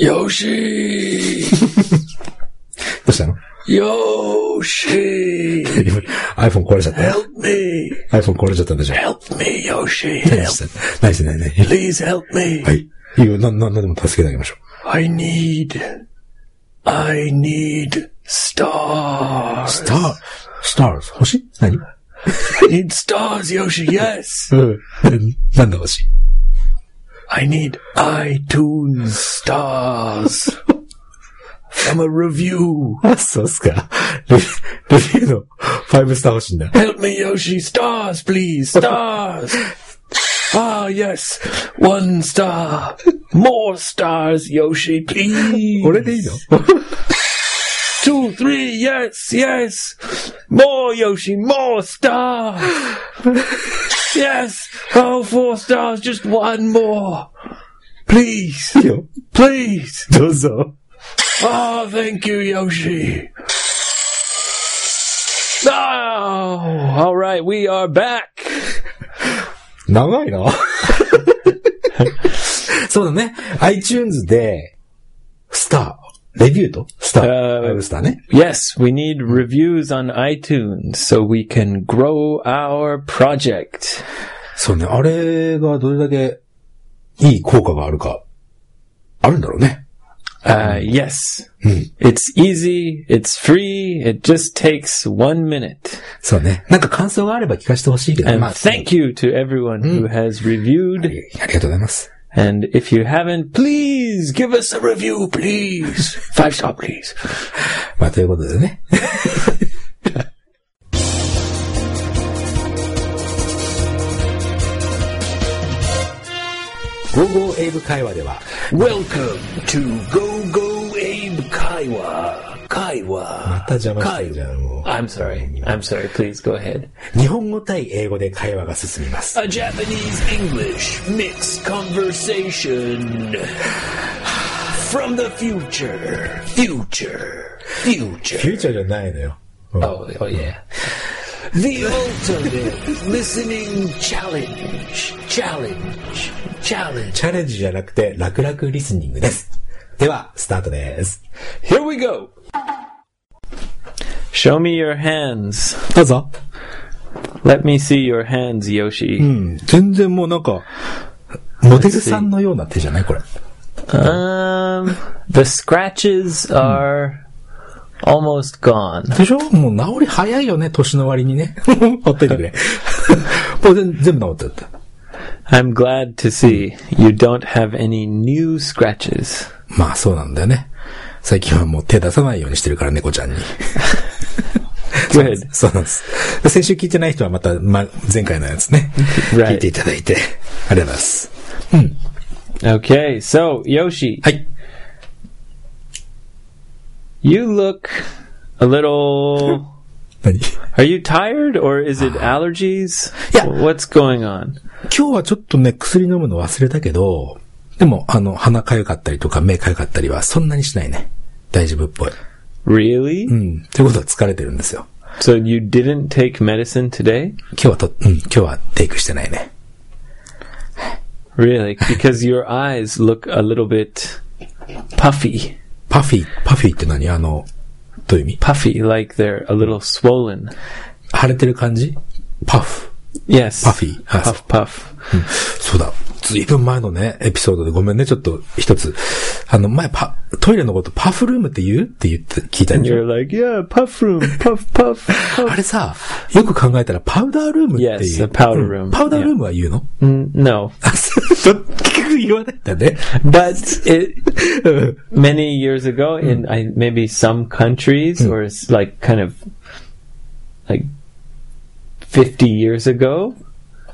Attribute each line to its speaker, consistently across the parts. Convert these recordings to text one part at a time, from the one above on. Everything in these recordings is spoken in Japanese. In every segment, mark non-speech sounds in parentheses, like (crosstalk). Speaker 1: よー (laughs) し
Speaker 2: どうしたの
Speaker 1: ーよーしー
Speaker 2: ?iPhone 壊れちゃったよ。
Speaker 1: !Help me!
Speaker 2: iPhone 壊れちゃったんでしょ
Speaker 1: Help me, Yoshi!
Speaker 2: 何し
Speaker 1: Help.
Speaker 2: て何してないね。
Speaker 1: Please help me!
Speaker 2: はい。いいよ、な、な、なんでも助けてあげましょ
Speaker 1: I need, I need
Speaker 2: う。
Speaker 1: stars!
Speaker 2: スター、スターズ、星何
Speaker 1: I need stars, Yoshi,
Speaker 2: (laughs)
Speaker 1: yes!
Speaker 2: うん。なんだ星
Speaker 1: I need iTunes stars! From a review!
Speaker 2: あ、そうっすか。レビレビューの5スター欲しいんだ。
Speaker 1: Help me, Yoshi! Stars, please! Stars! Ah, yes! One star! More stars, Yoshi, please!
Speaker 2: これでいいの
Speaker 1: two, three, yes, yes. More Yoshi, more stars. yes. Oh, four stars, just one more. Please,
Speaker 2: いいよ。
Speaker 1: please.
Speaker 2: どうぞ。
Speaker 1: Oh, thank you, Yoshi. Oh, all right, we are back.
Speaker 2: 長いな。そうだね。iTunes で、スター、レビューとスター、
Speaker 1: あー
Speaker 2: 5スターね。
Speaker 1: Yes, we need reviews on iTunes so we can grow our project.
Speaker 2: そうね。あれがどれだけいい効果があるか、あるんだろうね。
Speaker 1: Uh, yes.
Speaker 2: Hmm.
Speaker 1: It's easy. It's free. It just takes one minute.
Speaker 2: そうね。なんか感想があれば聞かせてほしいけど、
Speaker 1: And
Speaker 2: まあ、
Speaker 1: thank you to everyone who has reviewed.
Speaker 2: ありがとうございます。
Speaker 1: And if you haven't, please give us a review, please. (laughs) Five star, please.
Speaker 2: まあ、ということでね。ゴーゴー英語会話では、
Speaker 1: Welcome to Go Go Abe Kaiwa.
Speaker 2: ま
Speaker 1: Kaiwa.
Speaker 2: た邪魔してるじゃん、もう
Speaker 1: I'm sorry. I'm sorry. Please go ahead.
Speaker 2: 日本語対英語で会話が進みます。
Speaker 1: A Japanese English mixed conversation from the future. Future. Future.
Speaker 2: フューチャーじゃないのよ。うん
Speaker 1: Oh, oh yeah. The ultimate (laughs) listening challenge. Challenge. Challenge.
Speaker 2: チャレンジじゃなくて、楽々リスニングです。では、スタートです。
Speaker 1: Here we go. Show me your hands.
Speaker 2: どうぞ。
Speaker 1: Let me see your hands, Yoshi.
Speaker 2: うん、全然もうなんか、モデルさんのような手じゃないこれ。
Speaker 1: Hmm. Um, the scratches are almost gone.
Speaker 2: でしょもう治り早いよね、年の割に (laughs) ね。ほっといてくれ。もう全全部治ってた。
Speaker 1: I'm glad to see you don't have any new scratches.
Speaker 2: まあそうなんだよね。最近はもう手出さないようにしてるから、猫ちゃ (laughs) んに。
Speaker 1: Good.
Speaker 2: そうなんです。で先週聞いてない人はまた、ま、前回のやつ (laughs) ね。
Speaker 1: Right.
Speaker 2: 聞いていただいて。ありがとうございます。
Speaker 1: Okay, so, Yoshi,
Speaker 2: はい。
Speaker 1: you look a little.
Speaker 2: 何今
Speaker 1: Are you tired or is
Speaker 2: (sighs)
Speaker 1: it allergies?
Speaker 2: Yeah.
Speaker 1: What's going on?
Speaker 2: 日はちょっとね、薬飲むの忘れたけど、でも、あの、鼻かゆかったりとか、目かゆかったりは、そんなにしないね。大丈夫っぽい。
Speaker 1: Really?
Speaker 2: うん。ということは疲れてるんですよ。
Speaker 1: So you didn't take medicine today?
Speaker 2: 今日はと、うん、今日はテイクしてないね。 (laughs)
Speaker 1: Really? Because your eyes look a little bit puffy.
Speaker 2: パフィー、パフィーって何あの、どういう意味
Speaker 1: Puffy, like they're a little swollen.
Speaker 2: 腫れてる感じパフ。
Speaker 1: Yes.
Speaker 2: Puffy. Ah, so-
Speaker 1: Puff, puff.
Speaker 2: そうだ。ずいぶん前のね、エピソードでごめんね、ちょっと一つ。あの、前パ、トイレのことパフルームって言うって言って、聞いたん
Speaker 1: And
Speaker 2: じゃん
Speaker 1: you're like, yeah, puff room, puff, puff,
Speaker 2: あ (laughs)
Speaker 1: puff.
Speaker 2: れさ、よく考えたらパウダールームっていう。
Speaker 1: Yes, the powder room.
Speaker 2: うんパウダールームは言うの、
Speaker 1: Mm, no.
Speaker 2: あ (laughs) そう結局言わないんだね。
Speaker 1: But it,
Speaker 2: うん
Speaker 1: many years ago in I, maybe some countries or it's like kind of like 50 years ago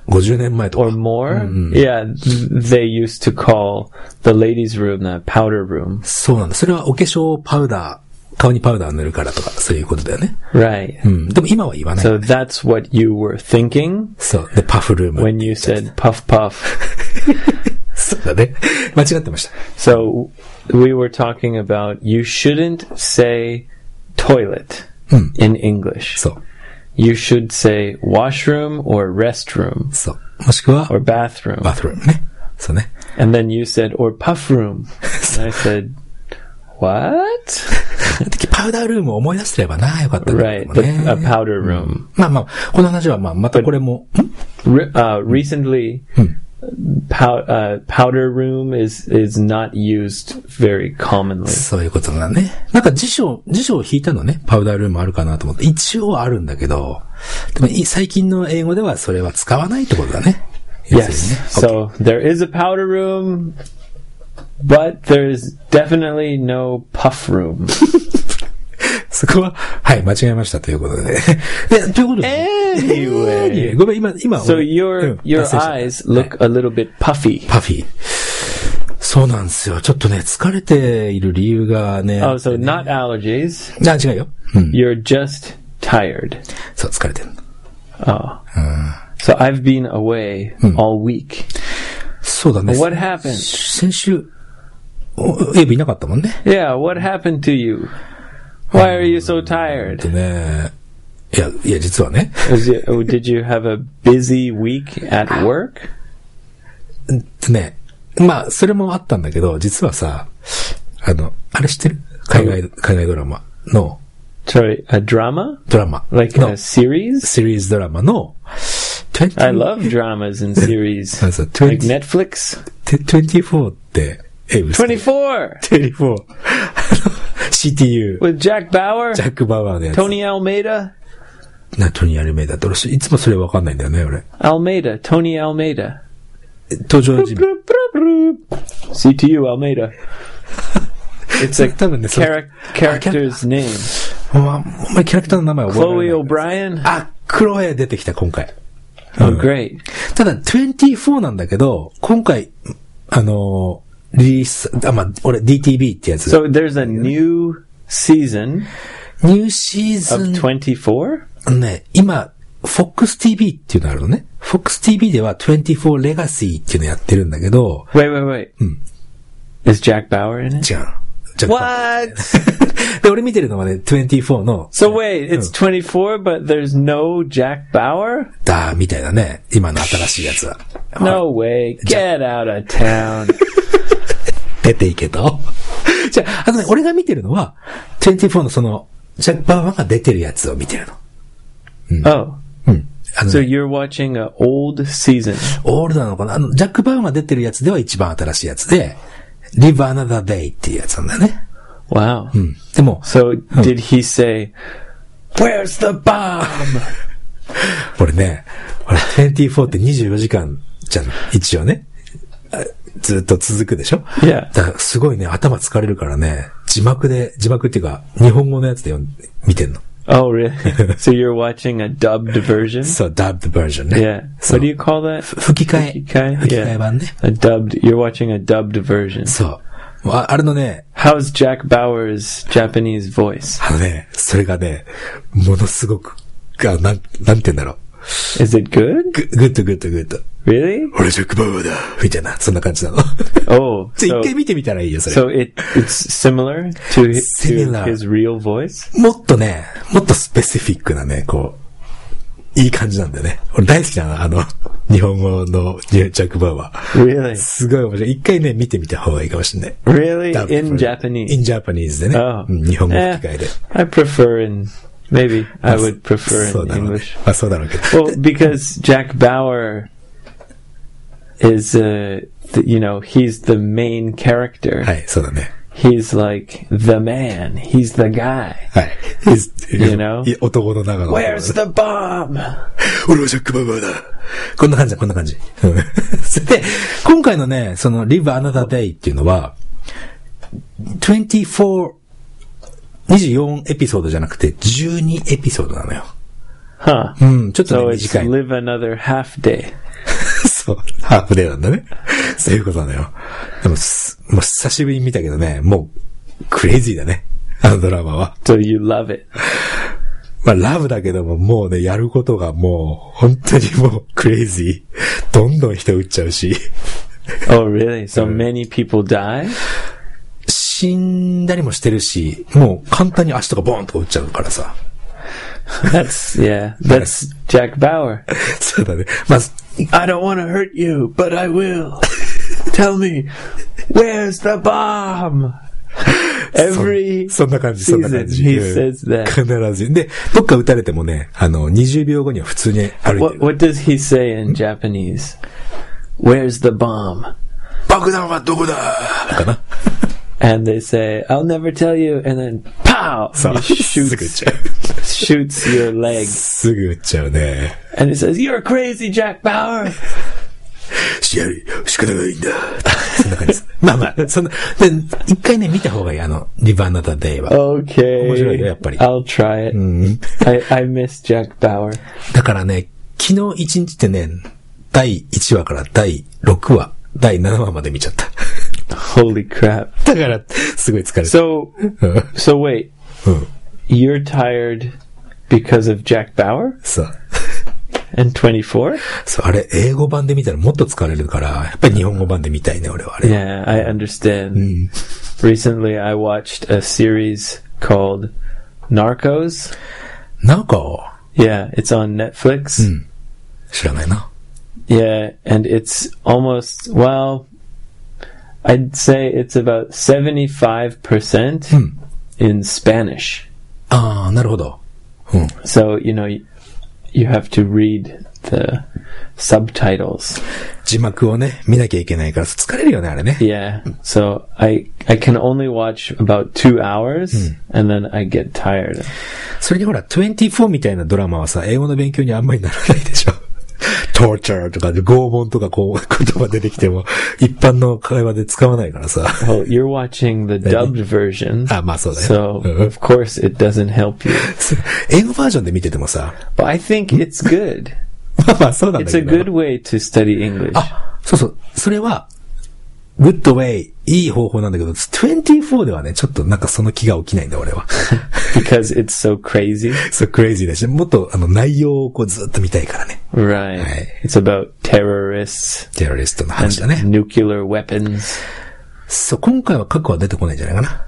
Speaker 2: 50年前とか
Speaker 1: or。more yeah th- they used to call the ladies room the powder room
Speaker 2: そうなんだ。それはお化粧パウダー、顔にパウダー塗るからとか、そういうことだよね。
Speaker 1: right
Speaker 2: うん。でも今は言わない。
Speaker 1: so that's what you were thinking
Speaker 2: そう。で、パフルーム。
Speaker 1: when you said puff puff
Speaker 2: そうだね。間違ってました。
Speaker 1: so we were talking about you shouldn't say toilet
Speaker 2: Mm.
Speaker 1: in english
Speaker 2: そう。
Speaker 1: you should say washroom or restroom
Speaker 2: そう。もしくは、
Speaker 1: or bathroom.
Speaker 2: バスルームね。そうね。 (laughs)
Speaker 1: And then you said, or puff room.
Speaker 2: さ
Speaker 1: I said, What?
Speaker 2: あの時パウダールームを思い出せればな、よかったんだけ
Speaker 1: Right,
Speaker 2: ど
Speaker 1: the, a
Speaker 2: ね。
Speaker 1: powder room.
Speaker 2: まあまあ、この話はまあ、またこれも、ん
Speaker 1: Re- uh, recently, pow- uh, powder room is, is not used very commonly.
Speaker 2: そういうことだね。なんか辞書、辞書を引いたのね、パウダールームあるかなと思って、一応あるんだけど、でもい最近の英語ではそれは使わないってことだね。
Speaker 1: Yes.
Speaker 2: 要するにね
Speaker 1: So there is a powder room, but there's definitely no puff room.
Speaker 2: そこは、はい、間違えましたということで。で、ということで。
Speaker 1: Anyway.
Speaker 2: ごめん、今、今。
Speaker 1: So
Speaker 2: 俺
Speaker 1: your
Speaker 2: うん
Speaker 1: your
Speaker 2: 脱線した
Speaker 1: eyes look a little bit puffy.
Speaker 2: パフィー。そうなんですよ。ちょっとね、疲れている理由がね。
Speaker 1: Oh, so not allergies.
Speaker 2: あ、違うよ。うん。
Speaker 1: You're just tired.
Speaker 2: そう、疲れてる。
Speaker 1: Oh. So I've been away all week.
Speaker 2: そうだね。
Speaker 1: What happened?
Speaker 2: 先週、おエイブいなかったもんね。
Speaker 1: Yeah, what happened to you? Why are you so
Speaker 2: で
Speaker 1: tired?
Speaker 2: ね、いや、いや、実はね、
Speaker 1: Was you- oh, did you have a busy week at work?
Speaker 2: でね、まあ、それもあったんだけど、実はさ、あの、あれ知ってる海外、海外ドラマの、
Speaker 1: Sorry, a drama?
Speaker 2: ドラマ
Speaker 1: Like
Speaker 2: の
Speaker 1: a、series?
Speaker 2: シリーズドラマの、
Speaker 1: I love dramas and series.
Speaker 2: That's a
Speaker 1: like
Speaker 2: 20
Speaker 1: Netflix.
Speaker 2: 24って、エイブ知ってる
Speaker 1: 24
Speaker 2: 24。CTU、
Speaker 1: with Jack Bauer,
Speaker 2: ジャック・バウアーのやつ。
Speaker 1: Tony Almeida.
Speaker 2: な、トニー・アルメイダって俺、いつもそれわかんないんだよね、俺。
Speaker 1: Almeida, Tony Almeida.
Speaker 2: 登場人物。
Speaker 1: CTU Almeida. It's a
Speaker 2: 多分ね、その
Speaker 1: charac- character's name.
Speaker 2: まあ、お前キャラクターの名前覚えられ
Speaker 1: Chloe
Speaker 2: ない
Speaker 1: O'Brien.
Speaker 2: あ、クロエ出てきた、今回。
Speaker 1: Oh, great.
Speaker 2: ただ、24なんだけど、今回、あのーリリース、あ、まあ、俺、DTB ってやつ。
Speaker 1: So there's a new season
Speaker 2: ニューシー
Speaker 1: of
Speaker 2: ズ
Speaker 1: 24.
Speaker 2: ン、ね、今、FOXTV っていうのあるのね。FOXTV では24レガシーっていうのやってるんだけど、
Speaker 1: Wait, wait, wait. Is Jack Bauer in it?
Speaker 2: 違うの。じゃあ
Speaker 1: What?
Speaker 2: (laughs) で、俺見てるのはね、24の、
Speaker 1: So wait, it's 24, but there's no Jack Bauer?
Speaker 2: だ、みたいなね、今の新しいやつは。
Speaker 1: No way. Get out of town.
Speaker 2: 出ていけと。じゃあ、あのね、俺が見てるのは、24のその、ジャック・バウアーが出てるやつを見てるの。
Speaker 1: oh.
Speaker 2: うん。あの
Speaker 1: So
Speaker 2: ね、
Speaker 1: you're watching an old season.
Speaker 2: オールドなのかなあの、ジャック・バウアーが出てるやつでは一番新しいやつで、Live Another Day っていうやつなんだよね。
Speaker 1: Wow.
Speaker 2: うん。でも、
Speaker 1: So did he say, Where's the
Speaker 2: (laughs)
Speaker 1: bomb?
Speaker 2: 俺ね、ほら、24って24時間じゃん。一応ね。あずっと続くでしょ
Speaker 1: Yeah.
Speaker 2: だから、すごいね、頭疲れるからね、字幕で、字幕っていうか、日本語のやつで読ん見てんの。
Speaker 1: (laughs) Oh, really? so you're watching a dubbed version?
Speaker 2: そう、dubbed version ね。
Speaker 1: Yeah.
Speaker 2: そ
Speaker 1: What do
Speaker 2: う
Speaker 1: you call that?
Speaker 2: 吹き替え。
Speaker 1: 吹き替え
Speaker 2: 吹き替え版ね。
Speaker 1: A dubbed. You're watching a dubbed version.
Speaker 2: そう。もうああれのね、
Speaker 1: How's Jack Bauer's Japanese voice?
Speaker 2: あのね、それがね、ものすごく、が、なん、なんて言うんだろう。
Speaker 1: Is it good?
Speaker 2: ぐ、ぐっとぐっとぐっと。
Speaker 1: Really?
Speaker 2: 俺ジャック・バウアーだみたいな、そんな感じな
Speaker 1: (laughs)
Speaker 2: の。
Speaker 1: Oh.
Speaker 2: ちょ
Speaker 1: So,
Speaker 2: 一回見てみたらいいよ、それ。
Speaker 1: so it it's similar to, hi- to
Speaker 2: Similar.
Speaker 1: his real voice.
Speaker 2: もっとね、もっとスペシフィックなね、こう、いい感じなんだよね。俺大好きなの、あの、日本語のジャック・バウアー。
Speaker 1: Really?
Speaker 2: すごい面白い。一回ね、見てみた方がいいかもしれない。
Speaker 1: Really?
Speaker 2: Dubbed
Speaker 1: In
Speaker 2: version
Speaker 1: Japanese?
Speaker 2: in Japanese でね。
Speaker 1: Oh.
Speaker 2: うん日本語吹き替え
Speaker 1: Eh,
Speaker 2: で。
Speaker 1: I prefer in maybe I would prefer
Speaker 2: そう
Speaker 1: in
Speaker 2: だろうね
Speaker 1: English.
Speaker 2: まあそうだろうけど。
Speaker 1: Well, because Jack Bauer is uh, the, you know he's the main character.
Speaker 2: はい、そうだね。
Speaker 1: He's like the man. He's the guy.
Speaker 2: はい。
Speaker 1: You know?
Speaker 2: い男の中の。
Speaker 1: the bomb?
Speaker 2: 俺はジャック・バウアーだ。こんな感じだ、こんな感じ。 (laughs) うんそれで、今回のね、その Live Another Day っていうのは、24、24エピソードじゃなくて12エピソードなのよ。
Speaker 1: Huh.
Speaker 2: うん、ちょっと
Speaker 1: So
Speaker 2: ね、
Speaker 1: it's
Speaker 2: 短い。
Speaker 1: live another half day.
Speaker 2: (laughs) そう、ハーフデーなんだね。そういうことなのよ。でも、すもう久しぶりに見たけどね、もう、クレイジーだね。あのドラマは。
Speaker 1: So you love it.
Speaker 2: まあ、ラブだけども、もうね、やることがもう、本当にもう、クレイジー。どんどん人撃っちゃうし。
Speaker 1: Oh, really? (laughs) So many people die.
Speaker 2: 死んだりもしてるし、もう簡単に足とかボーンとか打っちゃうか
Speaker 1: (laughs)
Speaker 2: らさ。
Speaker 1: That's yeah. That's Jack Bauer.
Speaker 2: そうだね。まあ、
Speaker 1: I don't want to hurt you, but I will. Tell me, where's the bomb? (laughs) Every
Speaker 2: (laughs) そんな感じ、そんな感じ。
Speaker 1: season he
Speaker 2: うん
Speaker 1: says that.
Speaker 2: 必ず。で、どっか撃たれてもね、あの、20秒後には普通に歩いて
Speaker 1: What
Speaker 2: る。
Speaker 1: what does he say in Japanese? Where's the bomb?
Speaker 2: 爆弾はどこだかな
Speaker 1: And they say, "I'll never tell you." And then, pow!
Speaker 2: そう。
Speaker 1: (laughs) He
Speaker 2: すぐ撃っ
Speaker 1: shoots
Speaker 2: ちゃう。
Speaker 1: shoots your leg,
Speaker 2: すぐ撃っちゃうね。
Speaker 1: and he says, "You're crazy, Jack Bauer."
Speaker 2: シアリ、仕方がいいんだ。そんな感じです。まあまあ、そんな、で、一回ね、見た方がいい、あの、リバーナタデイは。
Speaker 1: Okay, Mm.
Speaker 2: 面白いね、やっぱり。
Speaker 1: I'll try
Speaker 2: う
Speaker 1: it.
Speaker 2: ん。
Speaker 1: I I miss Jack Bauer.
Speaker 2: だからね、昨日一日ってね、第1話から第6話、第7話まで見ちゃった。 (laughs)
Speaker 1: Holy crap!
Speaker 2: だから、すごい疲れた。
Speaker 1: So
Speaker 2: うん。
Speaker 1: so wait,
Speaker 2: うん。
Speaker 1: you're tired because of Jack Bauer
Speaker 2: そう。
Speaker 1: and 24?
Speaker 2: そう、あれ、英語版で見たらもっと疲れるから、やっぱり日本語版で見たいね、俺はあれ。
Speaker 1: Yeah, Mm. I understand. Recently, I watched a series called Narcos.
Speaker 2: なんか、
Speaker 1: Yeah, it's on Netflix.
Speaker 2: 知らないな。
Speaker 1: Yeah, and it's almost, well, I'd say it's about 75%
Speaker 2: Hmm.
Speaker 1: in Spanish.
Speaker 2: ああ、なるほど。うん。
Speaker 1: So, you know, y- you have to read the subtitles.
Speaker 2: 字幕をね、見なきゃいけないから、疲れるよね、あれね。
Speaker 1: Yeah. So I I can only watch about 2 hours and then I get tired.
Speaker 2: それにほら、24みたいなドラマはさ、英語の勉強にあんまりならないでしょ。 (laughs) トーチャーとかで拷問とかこう、 (laughs) 言葉出てきても、一般の会話で使わないからさ。 (laughs)
Speaker 1: Well, you're watching the dubbed version.
Speaker 2: あ、まあそうだよ
Speaker 1: So,
Speaker 2: ね。うん
Speaker 1: of course, it doesn't help you.
Speaker 2: 英語バージョンで見ててもさ、
Speaker 1: But I think it's good.
Speaker 2: まあまあそうなんだ
Speaker 1: It's
Speaker 2: け
Speaker 1: a good
Speaker 2: ど。
Speaker 1: way to study English.
Speaker 2: あ、そうそう。それは、good way、いい方法なんだけど、24ではね、ちょっとなんかその気が起きないんだ、
Speaker 1: (laughs)
Speaker 2: 俺は。
Speaker 1: because it's so crazy.
Speaker 2: そう、クレイジーだし、もっとあの内容をこうずっと見たいからね。
Speaker 1: Right.
Speaker 2: Right.
Speaker 1: It's about terrorists
Speaker 2: テロリストの話だ
Speaker 1: and
Speaker 2: ね。
Speaker 1: nuclear weapons.
Speaker 2: そう、今回は過去は出てこないんじゃないかな。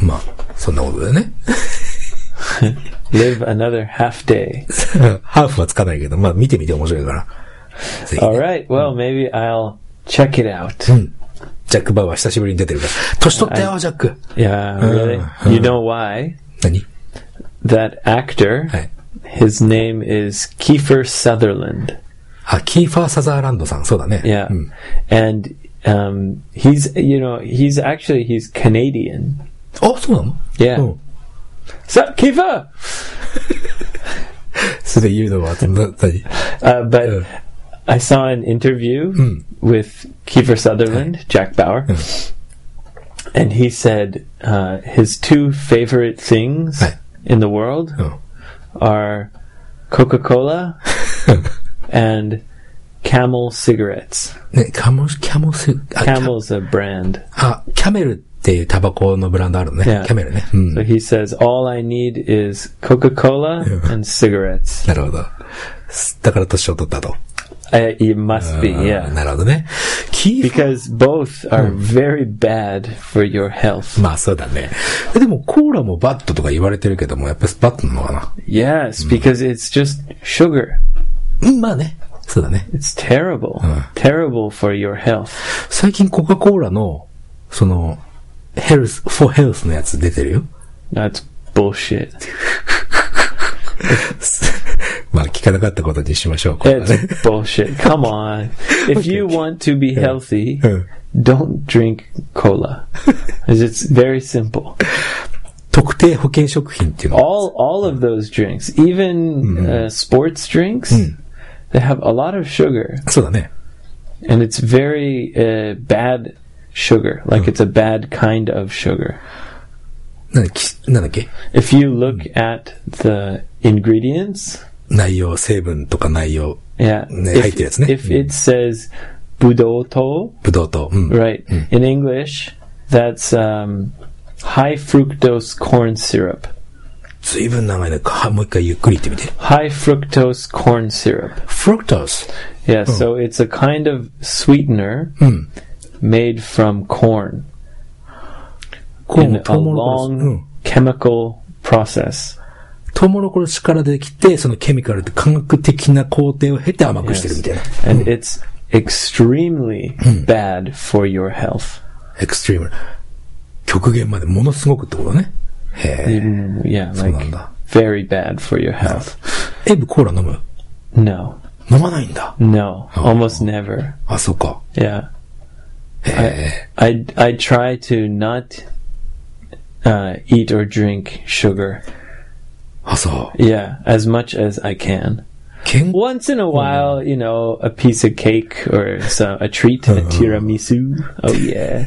Speaker 2: うん。まあ、そんなことだよね。 (laughs)
Speaker 1: Live another half
Speaker 2: (laughs)
Speaker 1: day.
Speaker 2: ハーフはつかないけど、まあ見てみて面白いから。ぜひ、
Speaker 1: All
Speaker 2: ね。
Speaker 1: right. Well, maybe I'll check it out.
Speaker 2: うん。ジャック・バウアー久しぶりに出てるから。年取ったよ、ジャック。
Speaker 1: Yeah, really.
Speaker 2: Uh,
Speaker 1: You
Speaker 2: uh.
Speaker 1: know why?
Speaker 2: 何
Speaker 1: That actor,
Speaker 2: はい。
Speaker 1: his name is Kiefer Sutherland.
Speaker 2: あ、キーファー・サザーランドさん、そうだね。
Speaker 1: Yeah.
Speaker 2: うん。
Speaker 1: And um, he's, you know, he's actually, he's Canadian.
Speaker 2: あ、そうなの
Speaker 1: Yeah.
Speaker 2: うん。
Speaker 1: Sup, Kiefer?
Speaker 2: それで言うのは、な何
Speaker 1: Uh, but
Speaker 2: Yeah. Hmm.
Speaker 1: I saw an interview with Kiefer Sutherland, Jack Bauer, and he said uh, his two favorite things
Speaker 2: Hey.
Speaker 1: in the world
Speaker 2: Oh.
Speaker 1: are Coca Cola and Camel cigarettes.
Speaker 2: (laughs) ね、カモ、キャモス、あ、キャ
Speaker 1: Camel's a brand.
Speaker 2: あキャメルっていうタバコのブランドあるのね。
Speaker 1: Yeah.
Speaker 2: キャメルね。うん。
Speaker 1: So he says, All I need is Coca Cola
Speaker 2: Yeah.
Speaker 1: and cigarettes.
Speaker 2: なるほど。すだから年を取ったと。
Speaker 1: I, it must be,
Speaker 2: あー
Speaker 1: yeah.
Speaker 2: なるほどね。キーフ
Speaker 1: Because both are
Speaker 2: Hmm.
Speaker 1: very bad for your health.
Speaker 2: (laughs) まあそうだね。でもコーラもバットとか言われてるけども、やっぱりバットなのかな
Speaker 1: Yes, because it's just sugar.
Speaker 2: うん、まあね。そうだね。
Speaker 1: It's terrible. Terrible for your health.
Speaker 2: 最近コカ・コーラの、その、ヘルス、フォーヘルスのやつ出てるよ。 (laughs)
Speaker 1: That's bullshit.
Speaker 2: まあ聞かなかったことにしましょう。これはね
Speaker 1: It's bullshit. Come on. If you want to be healthy,
Speaker 2: (laughs) Yeah.
Speaker 1: don't drink cola. 'Cause It's very simple.
Speaker 2: 特定保険食品っていうの。
Speaker 1: All all of those drinks, even uh, sports drinks, they have a lot of sugar,
Speaker 2: そうだね。
Speaker 1: and it's very uh, bad sugar. Like it's a bad kind of sugar.
Speaker 2: なんだっけなんだっけ
Speaker 1: If you look at the ingredients,
Speaker 2: 内容、成分とか内容、
Speaker 1: Yeah.
Speaker 2: Ne-
Speaker 1: if,
Speaker 2: 入ってるやつね。
Speaker 1: if
Speaker 2: うん。
Speaker 1: it says budoto,
Speaker 2: ブドウ糖。うん。
Speaker 1: right, in English, that's um, high fructose corn syrup.
Speaker 2: ずいぶん長いね。はもう一回ゆっくり言ってみて。
Speaker 1: High fructose corn syrup.
Speaker 2: フロクトース。
Speaker 1: Yeah, so it's a kind of sweetener made from corn
Speaker 2: こ
Speaker 1: in
Speaker 2: う、
Speaker 1: a
Speaker 2: トウモロコシ。
Speaker 1: long
Speaker 2: うん。
Speaker 1: chemical process.
Speaker 2: トウモロコシからできて、そのケミカルって化学的な工程を経て甘くしてるみたいな。
Speaker 1: And it's extremely bad for your health.
Speaker 2: エクストリーム。極限までものすごくってことね。へ
Speaker 1: Mm, Yeah,
Speaker 2: え。そうなん
Speaker 1: like
Speaker 2: だ。
Speaker 1: very bad for your health.
Speaker 2: エブコーラ飲む
Speaker 1: No,
Speaker 2: 飲まないんだ。
Speaker 1: no, almost never.
Speaker 2: あ、そうか。
Speaker 1: Yeah,
Speaker 2: へえ。
Speaker 1: I I try to not uh, eat or drink sugar.
Speaker 2: あ、そう。
Speaker 1: Yeah, as much as I can.
Speaker 2: 健
Speaker 1: Once in a while, you know, a piece of cake or so, a treat, a tiramisu. Oh yeah,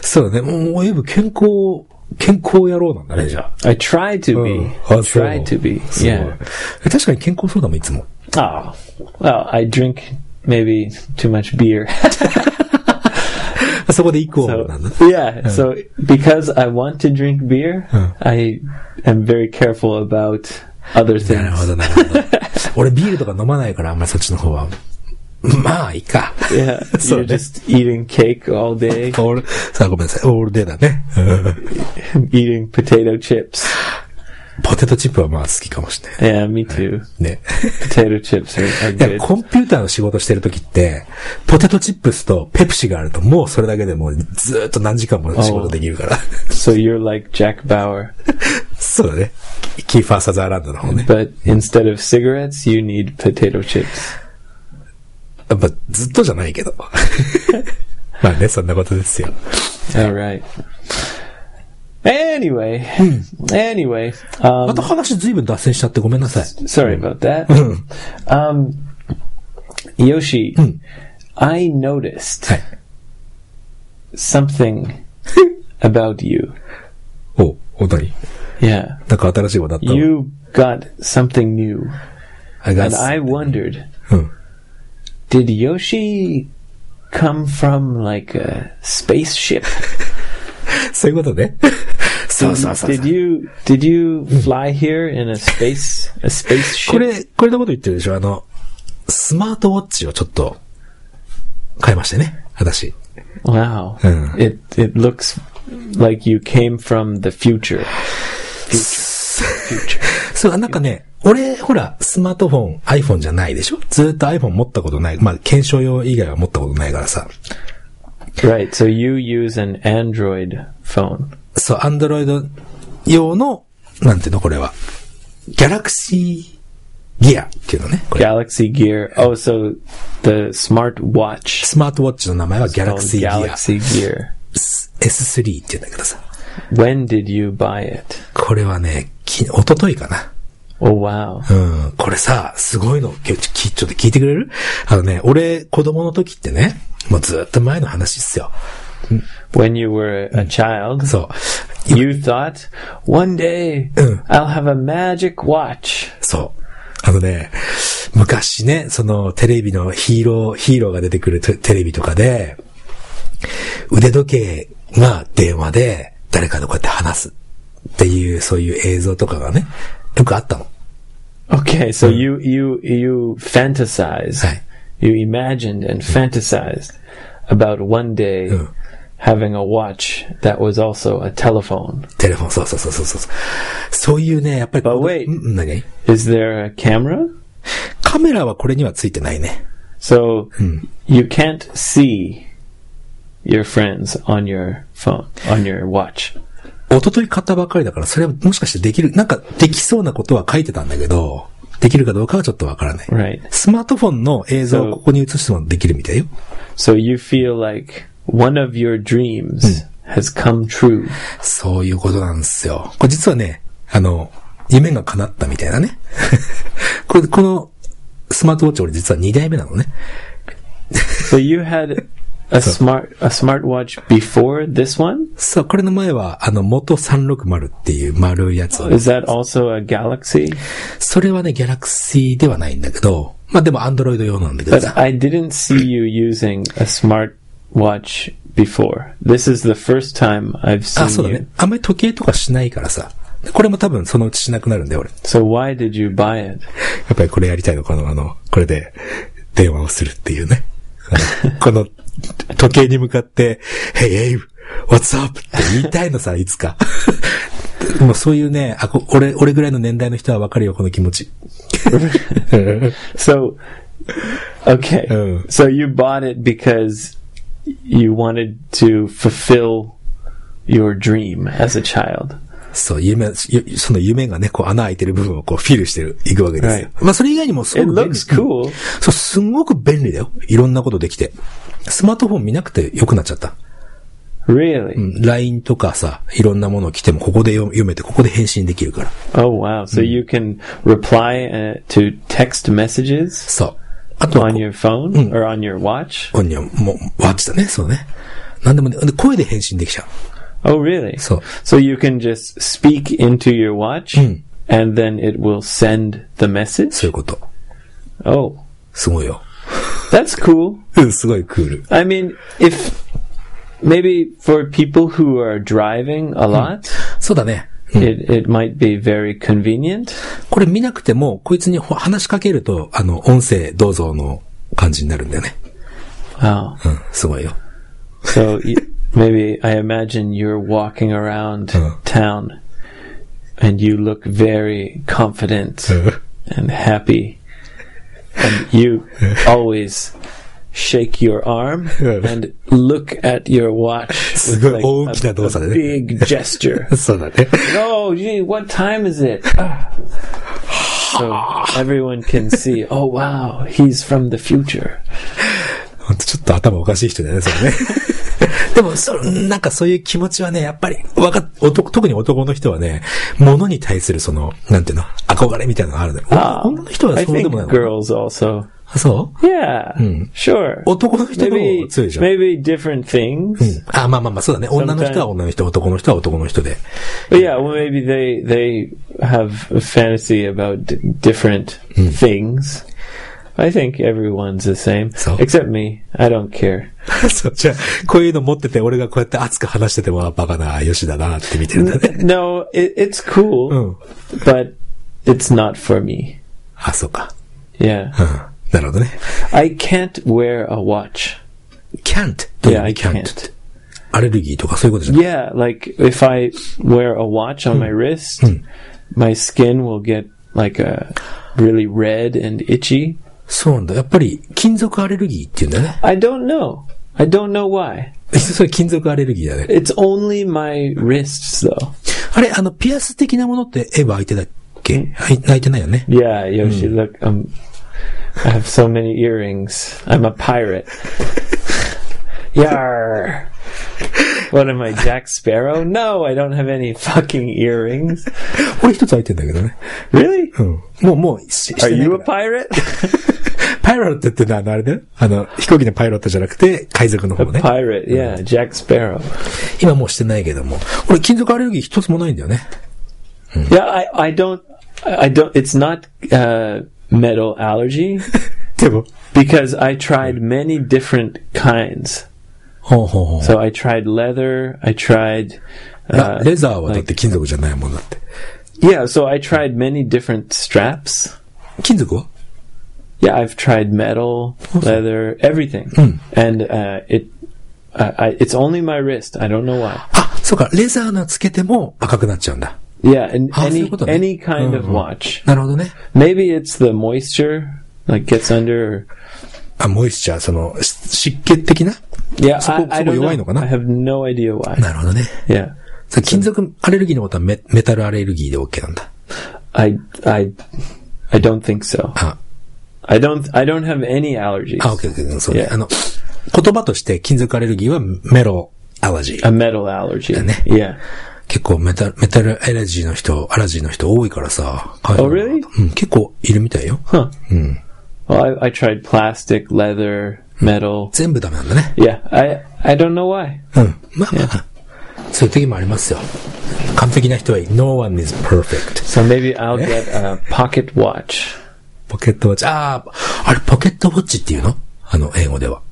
Speaker 2: そうだね。もうエブ健康、健康野郎なんだね、じゃあ。
Speaker 1: I try to
Speaker 2: うん。
Speaker 1: be.
Speaker 2: あ、そう
Speaker 1: Try to be.
Speaker 2: すごい
Speaker 1: Yeah.
Speaker 2: え確かに健康そうだもん、いつも。
Speaker 1: Oh, well, I drink maybe too much beer. (laughs)
Speaker 2: あそこで以降
Speaker 1: so
Speaker 2: なんだ。
Speaker 1: yeah, so because I want to drink beer,
Speaker 2: Huh.
Speaker 1: I am very careful about other
Speaker 2: なるほ
Speaker 1: things.
Speaker 2: ど、なるほ (laughs) ど。俺ビールとか飲まないから、あんまりそっちの方は。まあ、いいか。
Speaker 1: (laughs) Yeah,
Speaker 2: (laughs) So
Speaker 1: you're
Speaker 2: that-
Speaker 1: just eating cake all day, (laughs)
Speaker 2: オール、さあごめんなさい、オールデーだね。 (laughs) うん
Speaker 1: eating potato chips.
Speaker 2: ポテトチップはまあ好きかもしれない。
Speaker 1: Yeah, me too.
Speaker 2: ね。
Speaker 1: Potato chips are, are
Speaker 2: いや、
Speaker 1: good.
Speaker 2: コンピューターの仕事してる時って、ポテトチップスとペプシがあると、もうそれだけでもうずーっと何時間も仕事できるから。 (laughs)
Speaker 1: So you're like Jack Bauer,
Speaker 2: そうだね。キーファーサザーランドの方ね。
Speaker 1: but instead of cigarettes, you need potato chips.
Speaker 2: やっぱずっとじゃないけど。 (laughs) まあね、そんなことですよ。
Speaker 1: All right. Anyway,
Speaker 2: Hmm.
Speaker 1: anyway, um,
Speaker 2: また話ずいぶん脱線しちゃってごめんなさい。
Speaker 1: Sorry about that.
Speaker 2: Hmm.
Speaker 1: um, Yoshi, I noticed
Speaker 2: Hey. (laughs)
Speaker 1: something about you.
Speaker 2: おう、おに
Speaker 1: Yeah.
Speaker 2: なんか新しいことあったの
Speaker 1: You got something new.
Speaker 2: I got
Speaker 1: And I
Speaker 2: something.
Speaker 1: wondered
Speaker 2: うん。
Speaker 1: did Yoshi come from like a spaceship?
Speaker 2: (laughs) そういうことね。そうそうそうそう
Speaker 1: Did you did you fly here in a space a
Speaker 2: こ
Speaker 1: spaceship?
Speaker 2: れ、これのこと言ってるでしょあの、スマートウォッチをちょっと、買いましてね。私。
Speaker 1: Wow.
Speaker 2: Yeah.
Speaker 1: It it looks like you came from the future.
Speaker 2: そう、なんかね、俺、ほら、スマートフォン、iPhone じゃないでしょずーっと iPhone 持ったことない。まあ、検証用以外は持ったことないからさ。
Speaker 1: Right, so you use an Android phone.
Speaker 2: そう、アンドロイド用の、なんていうのこれは。ギャラクシーギアっていうのね。これ
Speaker 1: Galaxy Gear. Oh, so the smart watch.
Speaker 2: スマートウォッチの名前はギャラ
Speaker 1: called
Speaker 2: クシーギア
Speaker 1: Galaxy Gear.
Speaker 2: S3 っていうんだけどさ。
Speaker 1: When did you buy it?
Speaker 2: これはね、き、おとといかな。
Speaker 1: Oh, wow.
Speaker 2: うん、これさ、すごいの、ききちょっと聞いてくれるあのね、俺、子供の時ってね、もうずーっと前の話っすよ。
Speaker 1: When you were a child,
Speaker 2: そう。
Speaker 1: you thought, one day I'll have a magic watch.
Speaker 2: そう。あのね、昔ね、そのテレビのヒーロー、ヒーローが出てくるテテレビとかで、腕時計が電話で誰かとこうやって話すっていう、そういう映像とかがね、よくあったの。
Speaker 1: Okay, so you, you, you fantasized.
Speaker 2: Right.
Speaker 1: You imagined and fantasized about one day
Speaker 2: Mm.
Speaker 1: having a watch that was also a telephone.
Speaker 2: テレフォン、そうそうそうそうそう。そういうね、やっぱりこ
Speaker 1: But
Speaker 2: の、
Speaker 1: wait.
Speaker 2: うん何
Speaker 1: Is there a camera?
Speaker 2: カメラはこれにはついてないね。
Speaker 1: So you can't see your friends on your phone, on your watch.
Speaker 2: 一昨日買ったばっかりだから、それはもしかしてできる、なんかできそうなことは書いてたんだけど、できるかどうかはちょっとわからない。
Speaker 1: Right.
Speaker 2: スマートフォンの映像
Speaker 1: そう
Speaker 2: をここに映してもできるみたいよ。
Speaker 1: So you feel like one of your dreams has come true.
Speaker 2: そういうことなんですよ。これ実はね、あの、夢が叶ったみたいなね。 (laughs) これ、このスマートウォッチ俺実は2代目なのね。
Speaker 1: So you had a smart a smartwatch before this one?
Speaker 2: さあ、これの前は、あの、元360っていう丸いやつを、
Speaker 1: Is that also a Galaxy?
Speaker 2: それはね、ギャラクシーではないんだけど、まあでもアンドロイド用なんだけど
Speaker 1: But
Speaker 2: さ。
Speaker 1: I didn't see you using a smartwatch before. This is the first time I've
Speaker 2: あ、
Speaker 1: seen
Speaker 2: そうだ
Speaker 1: you.
Speaker 2: ね。あんまり時計とかしないからさ。これも多分そのうちしなくなるんだよ、俺。
Speaker 1: So why did you buy it?
Speaker 2: やっぱりこれやりたいの、この、あの、これで電話をするっていうね。 (laughs) この時計に向かって、Hey, Abe, what's up? って言いたいのさ、い (laughs) つか。もうそういうね、あこ俺、俺ぐらいの年代の人はわかるよ、この気持ち。
Speaker 1: So Okay.
Speaker 2: Oh.
Speaker 1: So you bought it because you wanted to fulfill your dream as a child.
Speaker 2: (laughs) そう、夢、ゆその夢がね、こう穴開いてる部分をこうフィルしてる、いくわけですよ。
Speaker 1: は
Speaker 2: まあそれ以外にもす
Speaker 1: It
Speaker 2: ごく便利
Speaker 1: looks。cool.
Speaker 2: そう、すんごく便利だよ。いろんなことできて。スマートフォン見なくて良くなっちゃった。う
Speaker 1: Really?
Speaker 2: ん LINE とかさ、いろんなもの来てもここで読読めて、ここで返信できるから。
Speaker 1: Oh wow. So you can reply uh, to text messages
Speaker 2: そう。あとは
Speaker 1: on
Speaker 2: こう、
Speaker 1: your phone or on your watch?
Speaker 2: オンニョン、もう、ワッチだね、そうね。なんでもね、で声で返信できちゃう。
Speaker 1: Oh really?
Speaker 2: そう。
Speaker 1: So you can just speak into your watch and then it will send the
Speaker 2: そうい
Speaker 1: message?
Speaker 2: うこと。
Speaker 1: Oh.
Speaker 2: すごいよ。
Speaker 1: That's cool.
Speaker 2: うん、すごいクール。
Speaker 1: I mean, if maybe for people who are driving a lot,
Speaker 2: そうだね。うん
Speaker 1: it, it might be very convenient.
Speaker 2: これ見なくても、こいつにほ話しかけると、あの、音声どうぞの感じになるんだよね。
Speaker 1: Oh,
Speaker 2: うん、すごいよ。
Speaker 1: so y- maybe I imagine you're walking around
Speaker 2: Uh.
Speaker 1: town and you look very confident and happy. And you always shake your arm
Speaker 2: Uh.
Speaker 1: and look at your watch with
Speaker 2: すごい
Speaker 1: like
Speaker 2: 大きな動作だね。
Speaker 1: a, a big gesture.
Speaker 2: そうだね。
Speaker 1: Oh, gee, what time is it? so everyone can see, oh, wow, he's from the future.
Speaker 2: ほんとちょっと頭おかしい人だよね、それね。 (laughs) でも、そなんかそういう気持ちはね、やっぱり、わかっ、男、特に男の人はね、物に対するその、なんていうの、憧れみたいなのがあるんだよ。
Speaker 1: Ah,
Speaker 2: 女の人は
Speaker 1: I
Speaker 2: そうで
Speaker 1: think
Speaker 2: もないのかな
Speaker 1: girls also.
Speaker 2: あそう
Speaker 1: Yeah, sure.
Speaker 2: 男の人の方
Speaker 1: Maybe,
Speaker 2: が強いでしょ。
Speaker 1: maybe different things.
Speaker 2: あ、まあまあまあ、そうだね。女の人は女の人、男の人は男の人で。 (laughs)
Speaker 1: But yeah, well, maybe they they have a fantasy about d- different things. I think everyone's the same,
Speaker 2: So-
Speaker 1: except me. I don't care.
Speaker 2: そう、じゃあ、こういうの持ってて、俺がこうやって熱く話してても、あバカな、吉だな、って見てるんだね。
Speaker 1: No, it, it's cool,
Speaker 2: うん。
Speaker 1: but it's not for me.
Speaker 2: あ、そうか。
Speaker 1: Yeah.
Speaker 2: うん。なるほどね。
Speaker 1: I can't wear a watch.
Speaker 2: can't.
Speaker 1: Yeah, I can't.
Speaker 2: アレルギーとかそういうことじゃない
Speaker 1: Yeah, like if I wear a watch on my wrist, my skin will get like a really red and itchy.
Speaker 2: そうなんだ。やっぱり、金属アレルギーって言うんだね。 (laughs)
Speaker 1: I don't know. I don't know why.
Speaker 2: それ金属アレルギーだね。
Speaker 1: It's only my wrists though.
Speaker 2: あれ、あの、ピアス的なものって、エヴァ開いてたっけはい開いてないよね。
Speaker 1: Yeah, Yoshi, look, um, I have so many earrings. I'm a pirate. (laughs) Yar. What am I, Jack Sparrow? No, I don't have any fucking earrings.
Speaker 2: 俺一つ開いてんだけどね。
Speaker 1: Really?
Speaker 2: うん。もう、もう、し
Speaker 1: Are
Speaker 2: してない
Speaker 1: you
Speaker 2: か
Speaker 1: a
Speaker 2: ら
Speaker 1: pirate?
Speaker 2: パイロットってのはあのあれだよ。あの、飛行機のパイロットじゃなくて、海賊の方
Speaker 1: A
Speaker 2: ね。
Speaker 1: pirate, yeah, Jack Sparrow.
Speaker 2: 今もうしてないけども。俺、金属アレルギー一つもないんだよね。
Speaker 1: Yeah, I, I don't, I don't. It's not uh, metal (laughs) allergy
Speaker 2: でも、
Speaker 1: because I tried many different kinds.
Speaker 2: ほうほうほう。
Speaker 1: So I tried leather. I tried.
Speaker 2: な
Speaker 1: Uh,
Speaker 2: レザーはだっ
Speaker 1: like-
Speaker 2: て金属じゃないもんだって。
Speaker 1: yeah, so I tried many different straps.
Speaker 2: 金属は
Speaker 1: Yeah, I've tried metal, leather, everything, and uh, it. Uh, I, it's only my wrist. I don't know why.
Speaker 2: あ、そうか、レザーのつけても赤くなっちゃうんだ。
Speaker 1: Yeah, and
Speaker 2: Ah,
Speaker 1: any
Speaker 2: そういうことね。
Speaker 1: any kind of
Speaker 2: うんうん。
Speaker 1: watch.
Speaker 2: なるほどね。
Speaker 1: Maybe it's the moisture like gets under. Or,
Speaker 2: あ、モイスチャー、その、し湿気的な
Speaker 1: yeah,
Speaker 2: そこ、
Speaker 1: I, I don't
Speaker 2: そこ弱いのかな？
Speaker 1: know. I have no idea why.
Speaker 2: なるほどね。
Speaker 1: Yeah.
Speaker 2: そう金属アレルギーのことはメメタルアレルギーで OK なんだ。
Speaker 1: I I I don't think so.
Speaker 2: あ、
Speaker 1: I don't I don't have any allergies.
Speaker 2: あ、OK、OK、そうね。
Speaker 1: Yeah.
Speaker 2: あの、言葉として金属アレルギーはメロアレルギー
Speaker 1: A。metal allergy.
Speaker 2: Yeah.
Speaker 1: Yeah.
Speaker 2: 結構メタル、メタルアレルギーの人、アレルギーの人多いからさ。
Speaker 1: Oh, really?
Speaker 2: うん、結構いるみたいよ。
Speaker 1: Huh. Well, I, I tried plastic, leather, metal.
Speaker 2: 全部ダメなんだね。
Speaker 1: Yeah. I I don't know why.
Speaker 2: うん。まあまあ、そういう時もありますよ。完璧な人はいい No one is perfect.
Speaker 1: So maybe I'll get a pocket watch.
Speaker 2: ポケットウォッチ。ああ、あれポケットウォッチっていうのあの、英語では。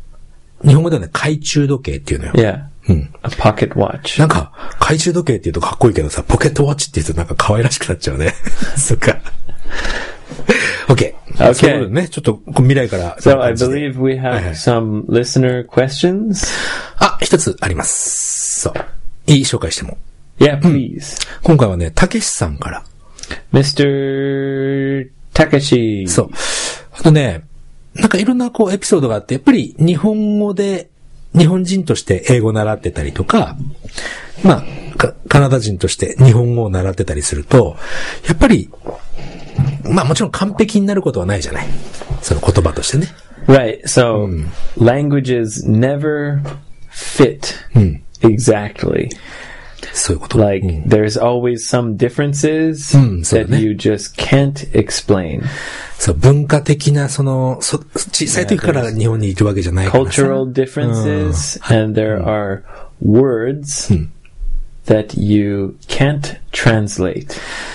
Speaker 2: 日本語ではね、懐中時計っていうのよ。
Speaker 1: Yeah.
Speaker 2: Hmm.
Speaker 1: A pocket watch.
Speaker 2: なんか、懐中時計って言うとかっこいいけどさ、ポケットウォッチって言うとなんか可愛らしくなっちゃ
Speaker 1: (laughs)
Speaker 2: うね。そっか。OK。
Speaker 1: Okay.
Speaker 2: そういうことでね、ちょっとこう未来から。
Speaker 1: So I believe we
Speaker 2: はいはい。
Speaker 1: have some listener questions.
Speaker 2: あ、一つあります。そう。いい紹介しても。
Speaker 1: Yeah, please.
Speaker 2: 今回はね、たけしさんから。
Speaker 1: Mr. Takashi.
Speaker 2: そう。あとね、なんかいろんなこうエピソードがあって、やっぱり日本語で、日本人として英語習ってたりとか、まあ、かカナダ人として日本語を習ってたりすると、やっぱり、まあもちろん完璧になることはないじゃない。その言葉としてね。
Speaker 1: Right. So languages never fit exactly.
Speaker 2: そういうこと。
Speaker 1: Like
Speaker 2: うん
Speaker 1: there's always some differences
Speaker 2: Mm, Hmm. so
Speaker 1: that
Speaker 2: ne-
Speaker 1: you just can't explain.
Speaker 2: そう、文化的な、その、そ、小さい時から日本にいるわけじゃないからさ。
Speaker 1: Cultural differences and there are words that you can't translate.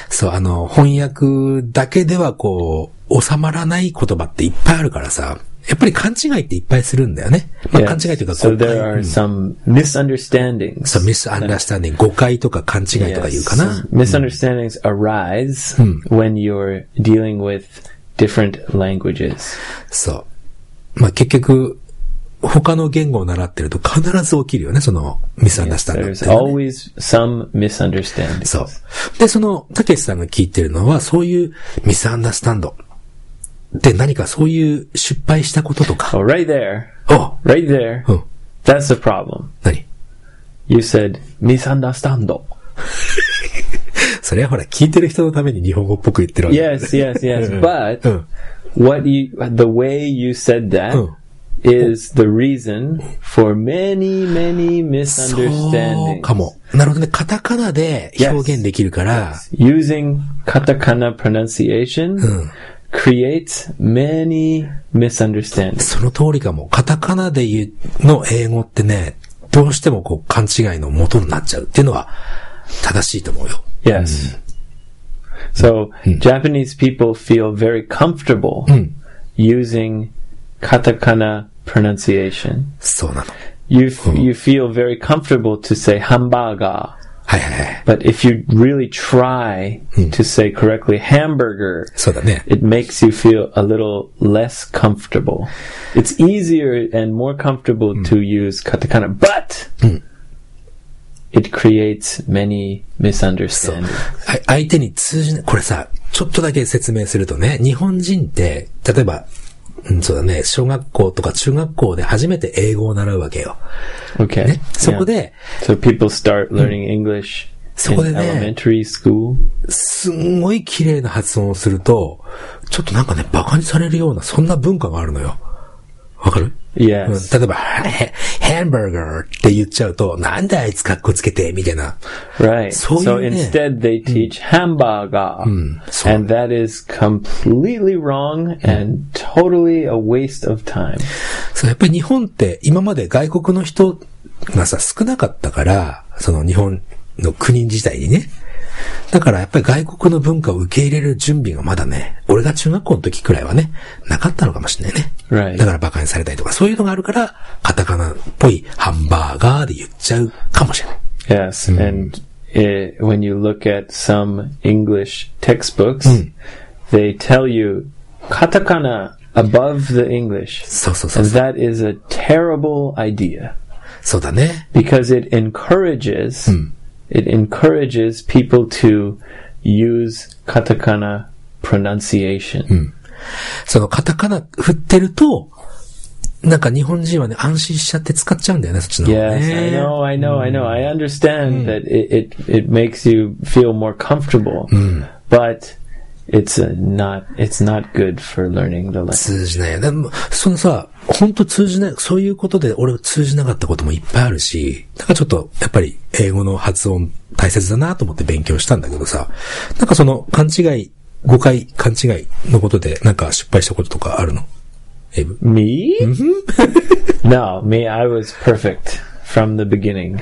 Speaker 2: そう、あの、翻訳だけではこう、収まらない言葉っていっぱいあるからさ、やっぱり勘違いっていっぱいするんだよね。まあ、
Speaker 1: Yes.
Speaker 2: 勘違いというか、
Speaker 1: So
Speaker 2: 誤解
Speaker 1: there
Speaker 2: う
Speaker 1: are
Speaker 2: ん
Speaker 1: some misunderstandings.
Speaker 2: そう、ミスアンダースタンディング、誤解とか勘違いとか言うかな
Speaker 1: Yes.。Misunderstandings arise when you're dealing with different languages.
Speaker 2: そう。まあ、結局、他の言語を習ってると必ず起きるよね、その、ミスアンダースタンディングっ
Speaker 1: There's
Speaker 2: ていうのはね。
Speaker 1: always some misunderstanding.
Speaker 2: そう。で、その、たけしさんが聞いてるのは、そういうミスアンダースタンド。で、何かそういう失敗したこととか。
Speaker 1: Oh, right there.
Speaker 2: お
Speaker 1: Right there.
Speaker 2: うん。
Speaker 1: That's the problem.
Speaker 2: 何
Speaker 1: You said misunderstand.
Speaker 2: それはほら、聞いてる人のために日本語っぽく言ってるわけ。
Speaker 1: Yes, yes, yes.
Speaker 2: うん
Speaker 1: But
Speaker 2: うん。
Speaker 1: what you the way you said that
Speaker 2: Oh.
Speaker 1: is the reason for many, many
Speaker 2: そう
Speaker 1: misunderstandings.
Speaker 2: かも。なるほどね。カタカナで表現できるから、
Speaker 1: Using katakana pronunciation
Speaker 2: Oh.
Speaker 1: creates many misunderstandings.
Speaker 2: その通りかも。カタカナで言う、の英語ってね、どうしてもこう、勘違いの元になっちゃうっていうのは、正しいと思うよ。
Speaker 1: Yes. Hmm. So Japanese people feel very comfortable using katakana pronunciation.
Speaker 2: そうなの。
Speaker 1: You f- you feel very comfortable to say hamburger,
Speaker 2: はいはいはい。
Speaker 1: but if you really try to say correctly hamburger,
Speaker 2: そうだね。
Speaker 1: it makes you feel a little less comfortable. It's easier and more comfortable to use katakana, but it creates many
Speaker 2: そう
Speaker 1: misunderstandings.
Speaker 2: あ相手に通じない。これさ、ちょっとだけ説明するとね、日本人って、例えば、うん、そうだね、小学校とか中学校で初めて英語を習うわけよ。
Speaker 1: Okay.
Speaker 2: ね。そこ
Speaker 1: Yeah.
Speaker 2: で、
Speaker 1: So people start learning English in
Speaker 2: そこでね。
Speaker 1: elementary school.
Speaker 2: すんごい綺麗な発音をすると、ちょっとなんかね、馬鹿にされるような、そんな文化があるのよ。わかるうん
Speaker 1: Yes.
Speaker 2: 例えば、へハンバーガーって言っちゃうと、なんであいつかっこつけて、みたいな。
Speaker 1: Right. So,
Speaker 2: そういうね。
Speaker 1: instead they teach hamburger.
Speaker 2: そう。
Speaker 1: And that is completely wrong and totally a waste of time.
Speaker 2: そう、やっぱり日本って今まで外国の人がさ、少なかったから、その日本の国自体にね。だからやっぱり外国の文化を受け入れる準備がまだね、俺が中学校の時くらいはね、なかったのかもしれないね。
Speaker 1: Right.
Speaker 2: だから馬鹿にされたりとか、そういうのがあるから、カタカナっぽいハンバーガーで言っちゃうかもしれない。
Speaker 1: Yes, and eh, when you look at some English textbooks, they tell you katakana above the English.
Speaker 2: そうそうそ
Speaker 1: And
Speaker 2: う。
Speaker 1: that is a terrible idea
Speaker 2: そうだね。
Speaker 1: because it encourages it encourages people to use katakana pronunciation.
Speaker 2: そのカタカナ振ってると、なんか日本人はね、安心しちゃって使っちゃうんだよね、そっちの方が
Speaker 1: Yes,
Speaker 2: ね。
Speaker 1: I know, I know, I know. I understand that it, it it makes you feel more comfortable, but it's uh not it's not good for learning the language.
Speaker 2: 通じないよね。でもそのさ、本当通じない、そういうことで俺通じなかったこともいっぱいあるし、だからちょっと、やっぱり英語の発音大切だなと思って勉強したんだけどさ、なんかその勘違い、誤解、勘違いのことで、なんか失敗したこととかあるのエイブ
Speaker 1: Me? (laughs) no, me. I was perfect from the beginning.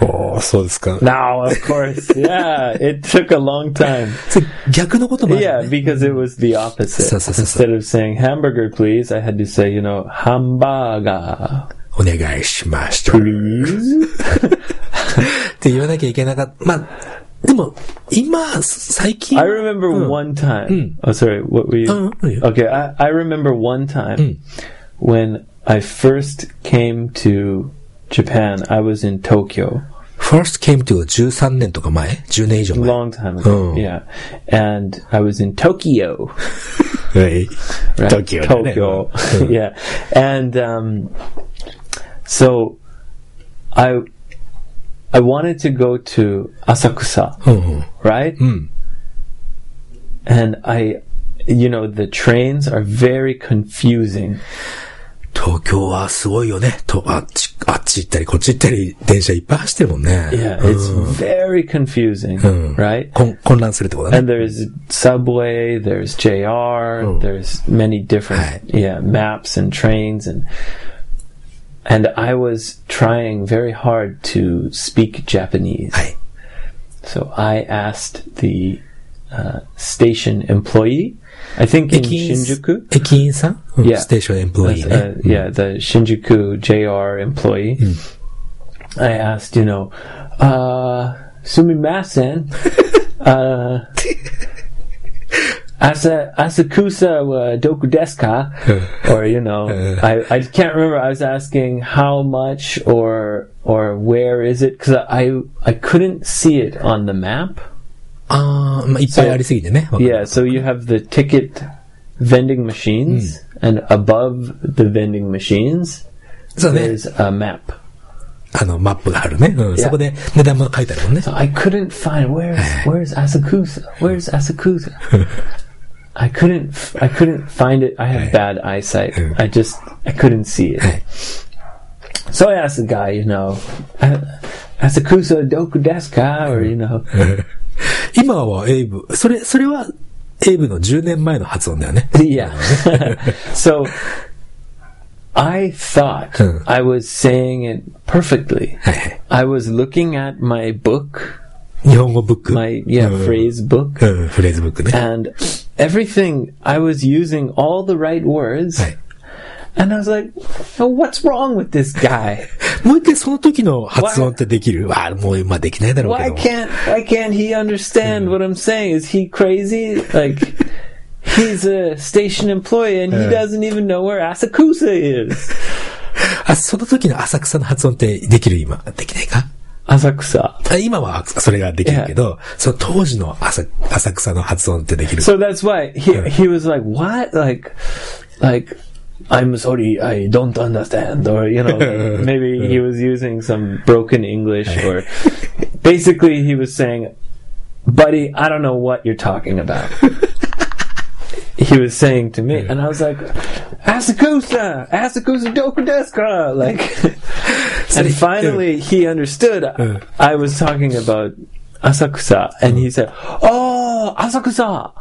Speaker 2: おー、そうですか。
Speaker 1: No, of course. yeah, it took a long time.
Speaker 2: それ逆のこともあるよ
Speaker 1: Yeah,
Speaker 2: ね。
Speaker 1: because it was the opposite.
Speaker 2: So, so, so, so.
Speaker 1: Instead of saying hamburger, please, I had to say, you know, hamburger,
Speaker 2: お願いしました。
Speaker 1: please.
Speaker 2: って言わなきゃいけなかった。まあ、でも、今、最近
Speaker 1: I
Speaker 2: は。
Speaker 1: remember one time. Oh, sorry. What were you?
Speaker 2: Hmm. Oh, Hmm. no, you-
Speaker 1: Okay, I, I remember one time when I first came to Japan. I was in Tokyo
Speaker 2: first came to 13年とか前 ?10 年以上
Speaker 1: a
Speaker 2: 前。
Speaker 1: long time ago.
Speaker 2: Oh.
Speaker 1: Yeah, and I was in Tokyo,
Speaker 2: はい。
Speaker 1: right?
Speaker 2: Tokyo だね
Speaker 1: (laughs) yeah. And um, so I I wanted to go to Asakusa,
Speaker 2: うんうん。
Speaker 1: right?
Speaker 2: Mm.
Speaker 1: And I you know, the trains are very confusing.
Speaker 2: 東京はすごいよね。と、あっち、あっち行ったり、こっち行ったり、電車いっぱい走ってるもんね。
Speaker 1: Yeah,
Speaker 2: うん
Speaker 1: it's very confusing,
Speaker 2: Mm.
Speaker 1: right?
Speaker 2: こん混乱するってことだね。
Speaker 1: And there's subway, there's JR, there's many different yeah, maps and trains and and I was trying very hard to speak Japanese.
Speaker 2: はい。
Speaker 1: So I asked the uh, station employee, I think in
Speaker 2: 駅員
Speaker 1: Shinjuku.
Speaker 2: 駅員さん、うん
Speaker 1: Yeah.
Speaker 2: ステーションエンプロイ
Speaker 1: Uh,
Speaker 2: ー
Speaker 1: yeah,
Speaker 2: ね。
Speaker 1: the Shinjuku JR employee. I asked, you know, uh, sumimasen, uh, asa, asakusa wa doku desu ka? Or, you know, I, I can't remember. I was asking how much or, or where is it? Cause I, I couldn't see it on the map.
Speaker 2: ああ、まあ、いっぱいありすぎてね。わかる
Speaker 1: Yeah, so you have the ticket vending machines, and above the vending machines,
Speaker 2: そうね。
Speaker 1: there's a map.
Speaker 2: あの、マップがあるね。うん。そこで値段も書いてあるもんね。
Speaker 1: I couldn't find where's where's Asakusa? Where's Asakusa? I couldn't f- I couldn't find it. I have bad eyesight. I just I couldn't see
Speaker 2: Hey.
Speaker 1: it. So I asked the guy, you know, Asakusa doku desu ka? Or you know,
Speaker 2: 今はエイブ、それ、それは、エイブの10年前の発音だよね。
Speaker 1: (laughs) Yeah. so I thought
Speaker 2: Hmm.
Speaker 1: I was saying it perfectly.
Speaker 2: はいはい。
Speaker 1: I was looking at my book,
Speaker 2: 日本語ブック。
Speaker 1: my yeah,
Speaker 2: うん
Speaker 1: phrase book,
Speaker 2: うん、フレーズブックね。
Speaker 1: and everything I was using all the right words.
Speaker 2: Hey.
Speaker 1: And I was like, "Well, what's wrong with this guy?
Speaker 2: もう一回その時の発音ってできるわあ、もう今できないだろうけ
Speaker 1: Why
Speaker 2: ども。
Speaker 1: can't why can't he understand what I'm saying? Is he crazy? Like he's a station employee and he doesn't even know where Asakusa is."
Speaker 2: あ、その時の浅草の発音ってできる今。できないか
Speaker 1: Asakusa.
Speaker 2: あ今はそれができるけど、その当時の浅浅草の発音ってできる。
Speaker 1: So that's why he he was like, "What? Like, like." I'm sorry, I don't understand, or you know, like, maybe he was using some broken English, or basically he was saying, "Buddy, I don't know what you're talking about." he was saying to me, and I was like, "Asakusa, Asakusa Dokudeska!" Like, and finally he understood. I was talking about Asakusa, and he said, "Oh, Asakusa."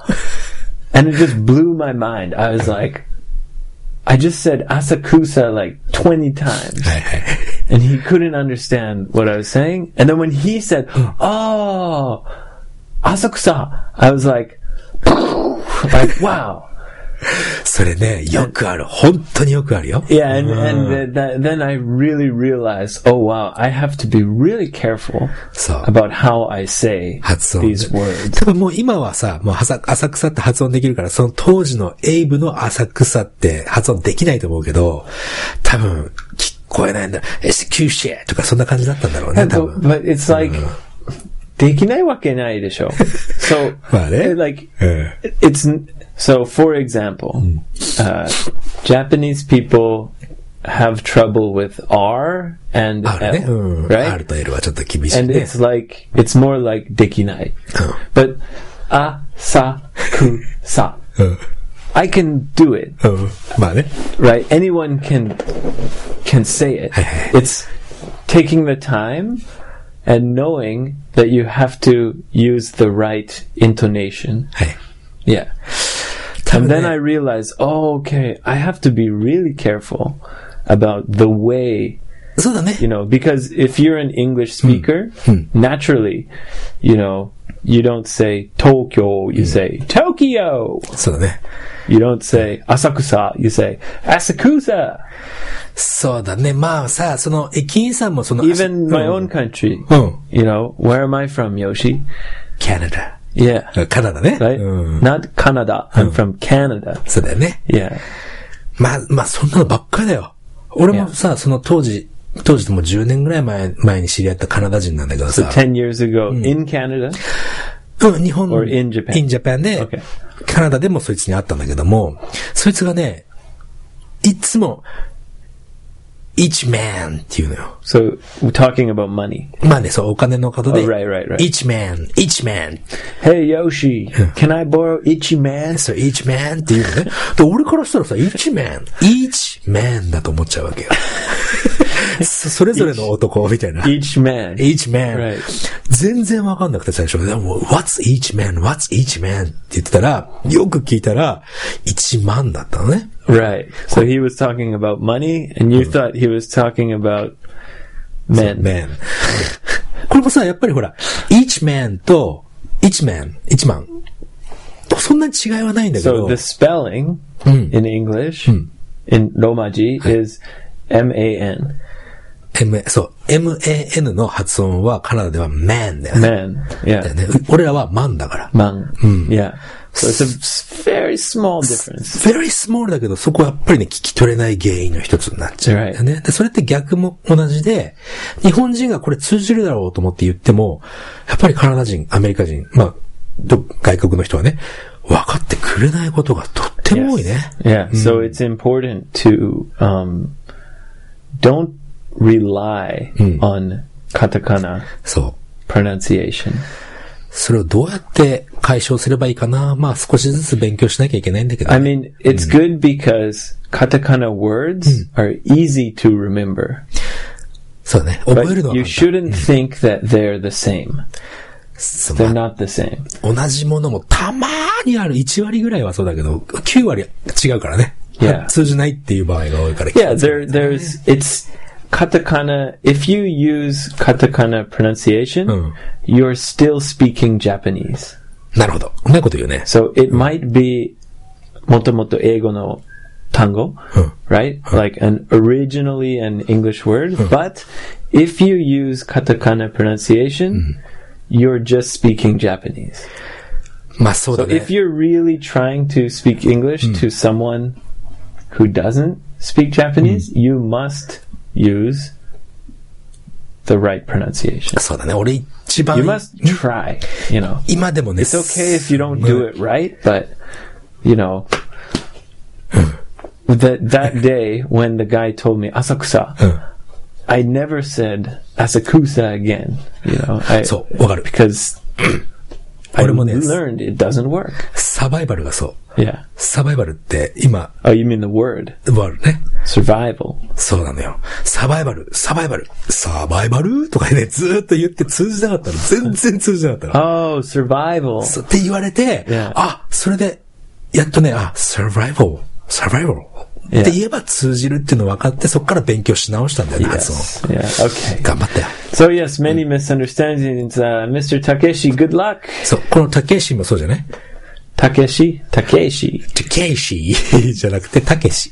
Speaker 1: and it just blew my mind. I was like, I just said Asakusa like 20 times,
Speaker 2: はいはい。
Speaker 1: and he couldn't understand what I was saying. And then when he said, Oh, Asakusa, I was like, (laughs) like, wow.
Speaker 2: それね、よくある。本当によくあるよ。
Speaker 1: Yeah, and, and th- th- then I really realized, oh wow, I have to be really careful
Speaker 2: そう。
Speaker 1: about how I say
Speaker 2: 発音。
Speaker 1: these
Speaker 2: (laughs)
Speaker 1: words.
Speaker 2: 多分もう今はさ、もうはさ浅草って発音できるから、その当時のエイブの浅草って発音できないと思うけど、多分聞こえないんだ。エスキューシェとかそんな感じだったんだろうね、多
Speaker 1: But,
Speaker 2: 分。
Speaker 1: but it's like, できないわけないでしょ。So,
Speaker 2: まあね。
Speaker 1: like,
Speaker 2: うん。
Speaker 1: it's n- so for example uh, japanese people have trouble with r and
Speaker 2: あるね。
Speaker 1: l
Speaker 2: うん。R
Speaker 1: right
Speaker 2: と L はちょっと厳しい
Speaker 1: and
Speaker 2: ね
Speaker 1: it's。like it's more like dekinai but a sa ku sa
Speaker 2: うん。うん。
Speaker 1: i can do it
Speaker 2: うん。まあね。
Speaker 1: right anyone can can say it it's taking the time and knowing that you have to use the right intonation
Speaker 2: はい。
Speaker 1: yeah
Speaker 2: 多
Speaker 1: And
Speaker 2: 分
Speaker 1: then I
Speaker 2: ね、
Speaker 1: realized, oh, okay, I have to be really careful about the way,
Speaker 2: そうだね
Speaker 1: you。know, because if you're an English speaker, naturally, you know, you don't say Tokyo, you say Tokyo.
Speaker 2: そうだね。
Speaker 1: You don't say Asakusa, you say Asakusa.
Speaker 2: そうだね。まあさ、その駅員さんもその、
Speaker 1: Even my
Speaker 2: うん
Speaker 1: own country,
Speaker 2: うん。
Speaker 1: you know, where am I from, Yoshi?
Speaker 2: カナダ。
Speaker 1: Yeah.
Speaker 2: うんカナダね。
Speaker 1: Right?
Speaker 2: うん。
Speaker 1: Not Canada. I'm from Canada.
Speaker 2: そうだよね。
Speaker 1: Yeah.
Speaker 2: まあ、まあ、そんなのばっかりだよ。俺もさ、その当時、当時ともう10年ぐらい前、前に知り合ったカナダ人なんだけどさ、
Speaker 1: 10 years ago in Canada.
Speaker 2: うん、日本
Speaker 1: Or in Japan.
Speaker 2: in Japan で、
Speaker 1: Okay.
Speaker 2: カナダでもそいつに会ったんだけども、そいつがね、いつも、each man っていうのよ。
Speaker 1: So we're talking about money.
Speaker 2: まあね、そう、お金のことで、
Speaker 1: Oh, right, right, right.
Speaker 2: each man, each man,
Speaker 1: Hey Yoshi, can I borrow Ichi man?
Speaker 2: そう、each man っていうの
Speaker 1: (laughs)
Speaker 2: ね。で、俺からしたらさ、each man, each man だと思っちゃう
Speaker 1: (laughs)
Speaker 2: わけよ。そそれぞれの男みたいな。
Speaker 1: Each man.
Speaker 2: each man.
Speaker 1: Right.
Speaker 2: 全然わかんなくて最初。でも what's each man? What's each man? って言ってたら、よく聞いたら、1万だったのね。
Speaker 1: Right. So he was talking about money, and you thought he was talking about Mm. men.
Speaker 2: man. これもさ、やっぱりほら、each man と、each man, 1万。そんなに違いはないんだけ
Speaker 1: So the、
Speaker 2: ど
Speaker 1: spelling in English, in Romaji, is M A N.
Speaker 2: M- そう、man の発音はカナダでは man だよね。
Speaker 1: Man.
Speaker 2: だよ
Speaker 1: Yeah.
Speaker 2: ね俺らは man だから。
Speaker 1: Mang. Yeah. So it's a s- very small difference.
Speaker 2: very small だけど、そこはやっぱりね、聞き取れない原因の一つになっちゃうんだよね。で、それって逆も同じで、日本人がこれ通じるだろうと思って言っても、やっぱりカナダ人、アメリカ人、まあ、ど外国の人はね、分かってくれないことがとっても多い
Speaker 1: Yes.
Speaker 2: ね。
Speaker 1: Yeah. So it's important to um, don't rely on katakana
Speaker 2: そう。
Speaker 1: pronunciation.
Speaker 2: それをどうやって解消すればいいかな。まあ少しずつ勉強しなきゃいけないんだけど、
Speaker 1: I mean, it's good because katakana words are easy to remember,
Speaker 2: そうだね。
Speaker 1: but
Speaker 2: 覚えるのは
Speaker 1: you
Speaker 2: 簡単
Speaker 1: shouldn't think that they're the same.
Speaker 2: そう
Speaker 1: They're not the same.
Speaker 2: 同じものもたまーにある1割ぐらいはそうだけど、9割違うからね。
Speaker 1: Yeah.
Speaker 2: 通じないっていう場合が多いから。
Speaker 1: Yeah, there, there's it's katakana. If you use katakana pronunciation,
Speaker 2: Mm.
Speaker 1: you're still speaking Japanese.
Speaker 2: なるほど。うまいこと言うね。
Speaker 1: So it might be motomoto ego no tango,
Speaker 2: Mm.
Speaker 1: right? Like an originally an English word, but if you use katakana pronunciation, you're just speaking Japanese.
Speaker 2: まあそう
Speaker 1: So
Speaker 2: だね
Speaker 1: if。you're really trying to speak English to someone who doesn't speak Japanese, you must use the right pronunciation.
Speaker 2: そうだね。俺一番
Speaker 1: You、must try, you know.
Speaker 2: 今でもね。
Speaker 1: It's okay if you don't do it right, but you know that that day when the guy told me
Speaker 2: Mm.
Speaker 1: Asakusa, I never said Asakusa again. You know, I,
Speaker 2: そう、わかる。
Speaker 1: because I
Speaker 2: 俺もね、
Speaker 1: learned it doesn't work.
Speaker 2: サバイバルがそう。
Speaker 1: Yeah.
Speaker 2: サバイバルって今、
Speaker 1: Oh, you mean the word
Speaker 2: ワールね。
Speaker 1: survival?
Speaker 2: そうなのよ。サバイバル、サバイバル、サバイバルとかね、ずーっと言って通じなかったの。全然通じなかったの。
Speaker 1: Oh, survival.
Speaker 2: そうって言われて、
Speaker 1: Yeah.
Speaker 2: あ、それで、やっとね、あ、survival, survival っ
Speaker 1: Yeah.
Speaker 2: て言えば通じるっていうの分かって、そこから勉強し直したんだよね、発音。
Speaker 1: Yes. Yeah. Okay.
Speaker 2: 頑張ったよ。
Speaker 1: So yes, many misunderstandings. Uh, Mr. Takeshi, good luck.
Speaker 2: そう、このタケシもそうじゃない
Speaker 1: Takeshi, Takeshi.
Speaker 2: タケシ (laughs) じゃなくて、タケシ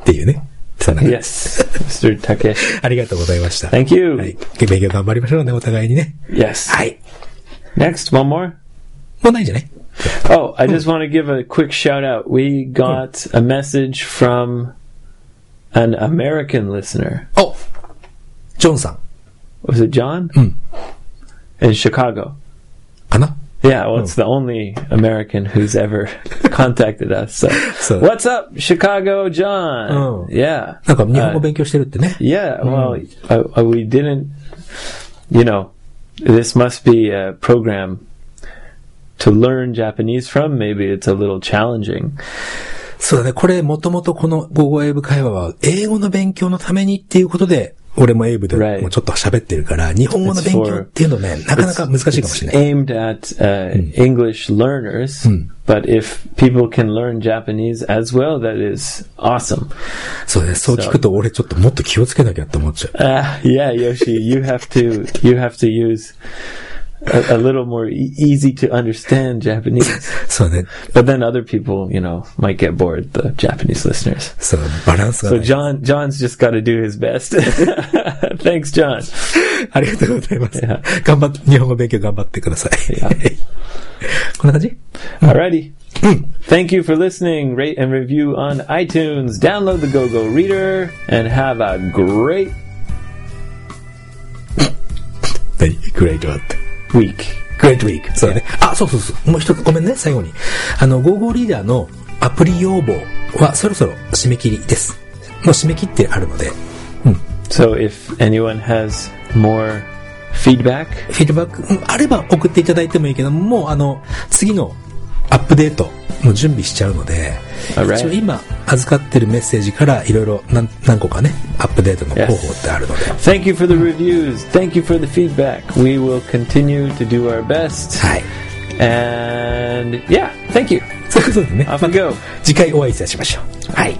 Speaker 2: っていうね。さあなんか
Speaker 1: Yes, Mr. Takeshi.
Speaker 2: ありがとうございました。
Speaker 1: Thank you.
Speaker 2: はい。勉強頑張りましょうね、お互いにね。
Speaker 1: Yes.
Speaker 2: はい。
Speaker 1: Next, one more.
Speaker 2: もうないんじゃない
Speaker 1: Oh, I just want to give a quick shout out. We got a message from an American listener.
Speaker 2: おジョンさん
Speaker 1: Was it John?
Speaker 2: Mm.
Speaker 1: In Chicago.
Speaker 2: かな
Speaker 1: Yeah, well,
Speaker 2: Hmm.
Speaker 1: it's the only American who's ever (laughs) contacted us. So.
Speaker 2: So-
Speaker 1: what's up, Chicago John?
Speaker 2: Oh.
Speaker 1: Yeah.
Speaker 2: なんか日本
Speaker 1: Uh,
Speaker 2: 語勉強してるってね。
Speaker 1: yeah, well, I, I, we didn't, you know, this must be a program to learn Japanese from. Maybe it's a little challenging.
Speaker 2: そうだね。これ、もともとこの午後英語会話は、英語の勉強のためにっていうことで、俺も英語で
Speaker 1: Right.
Speaker 2: もうちょっと喋ってるから、日本語の勉強っていうのね、なかなか難しいかもしれ
Speaker 1: It's
Speaker 2: ない。
Speaker 1: aimed at uh, English learners, but if people can learn Japanese as well, that is awesome.
Speaker 2: そうね。そう聞くと、俺ちょっともっと気をつけなきゃって思っちゃ
Speaker 1: Uh,
Speaker 2: う。
Speaker 1: yeah, Yoshi, you have to you have to use a, a little more e- easy to understand Japanese.
Speaker 2: そうね。
Speaker 1: But then other people, you know, might get bored. The Japanese listeners.
Speaker 2: そう、バランスが
Speaker 1: So
Speaker 2: ね
Speaker 1: John, John's just got to do his best. (laughs) Thanks, John.
Speaker 2: ありがとうございます
Speaker 1: いや。
Speaker 2: 頑張って、日本語勉強頑張ってください。
Speaker 1: や
Speaker 2: (laughs) こんな感じ
Speaker 1: Alrighty. Thank you for listening. Rate and review on iTunes. Download the GoGo Reader and have a great
Speaker 2: 何グレイトだって。
Speaker 1: week.
Speaker 2: Great week. そうだね。あ、そうそうそう。もう一つ、ごめんね、最後に。あの、GoGo リーダーのアプリ要望はそろそろ締め切りです。もう締め切ってあるので、
Speaker 1: So if anyone has more feedback,
Speaker 2: フィードバックうんあれば送っていただいてもいいけど、もうあの、次のアップデートの準備しちゃうので、
Speaker 1: Alright.
Speaker 2: 一応今預かってるメッセージからいろいろ何何個かね、アップデートの方法ってあるので、
Speaker 1: thank you for the reviews. Thank you for the feedback. We will continue to do our best.
Speaker 2: はい。
Speaker 1: And yeah, thank you.
Speaker 2: そういうことでね。
Speaker 1: Off we go.
Speaker 2: 次回お会いいたしましょう。はい。